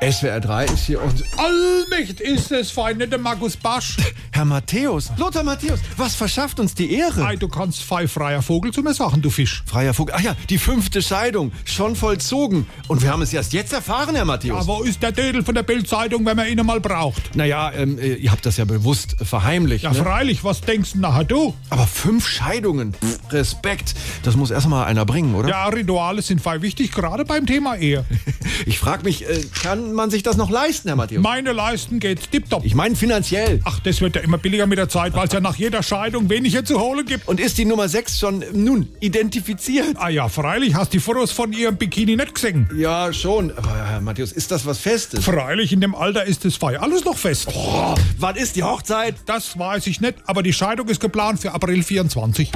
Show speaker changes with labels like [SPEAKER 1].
[SPEAKER 1] SWR 3 ist hier und allmächt ist es feine der Markus Basch.
[SPEAKER 2] Herr Matthäus, Lothar Matthäus, was verschafft uns die Ehre?
[SPEAKER 1] Ei, du kannst frei freier Vogel zu mir sagen, du Fisch.
[SPEAKER 2] Freier Vogel, ach ja, die fünfte Scheidung, schon vollzogen. Und wir haben es erst jetzt erfahren, Herr Matthäus.
[SPEAKER 1] Ja, wo ist der Dödel von der Bildzeitung, wenn man ihn mal braucht?
[SPEAKER 2] Naja, ähm, äh, ihr habt das ja bewusst verheimlicht.
[SPEAKER 1] Ja,
[SPEAKER 2] ne?
[SPEAKER 1] freilich, was denkst denn nachher du?
[SPEAKER 2] Aber fünf Scheidungen, Pff, Respekt, das muss erstmal einer bringen, oder?
[SPEAKER 1] Ja, Rituale sind frei wichtig, gerade beim Thema Ehe.
[SPEAKER 2] Ich frage mich, äh, kann man sich das noch leisten, Herr Matthäus?
[SPEAKER 1] Meine Leisten geht's tipptopp.
[SPEAKER 2] Ich meine finanziell.
[SPEAKER 1] Ach, das wird ja immer billiger mit der Zeit, weil es ja nach jeder Scheidung weniger zu holen gibt.
[SPEAKER 2] Und ist die Nummer 6 schon, ähm, nun, identifiziert?
[SPEAKER 1] Ah ja, freilich, hast die Fotos von ihrem Bikini nicht gesehen.
[SPEAKER 2] Ja, schon. Aber Herr Matthäus, ist das was Festes?
[SPEAKER 1] Freilich, in dem Alter ist es frei. Alles noch fest.
[SPEAKER 2] Boah, wann ist die Hochzeit?
[SPEAKER 1] Das weiß ich nicht, aber die Scheidung ist geplant für April 24.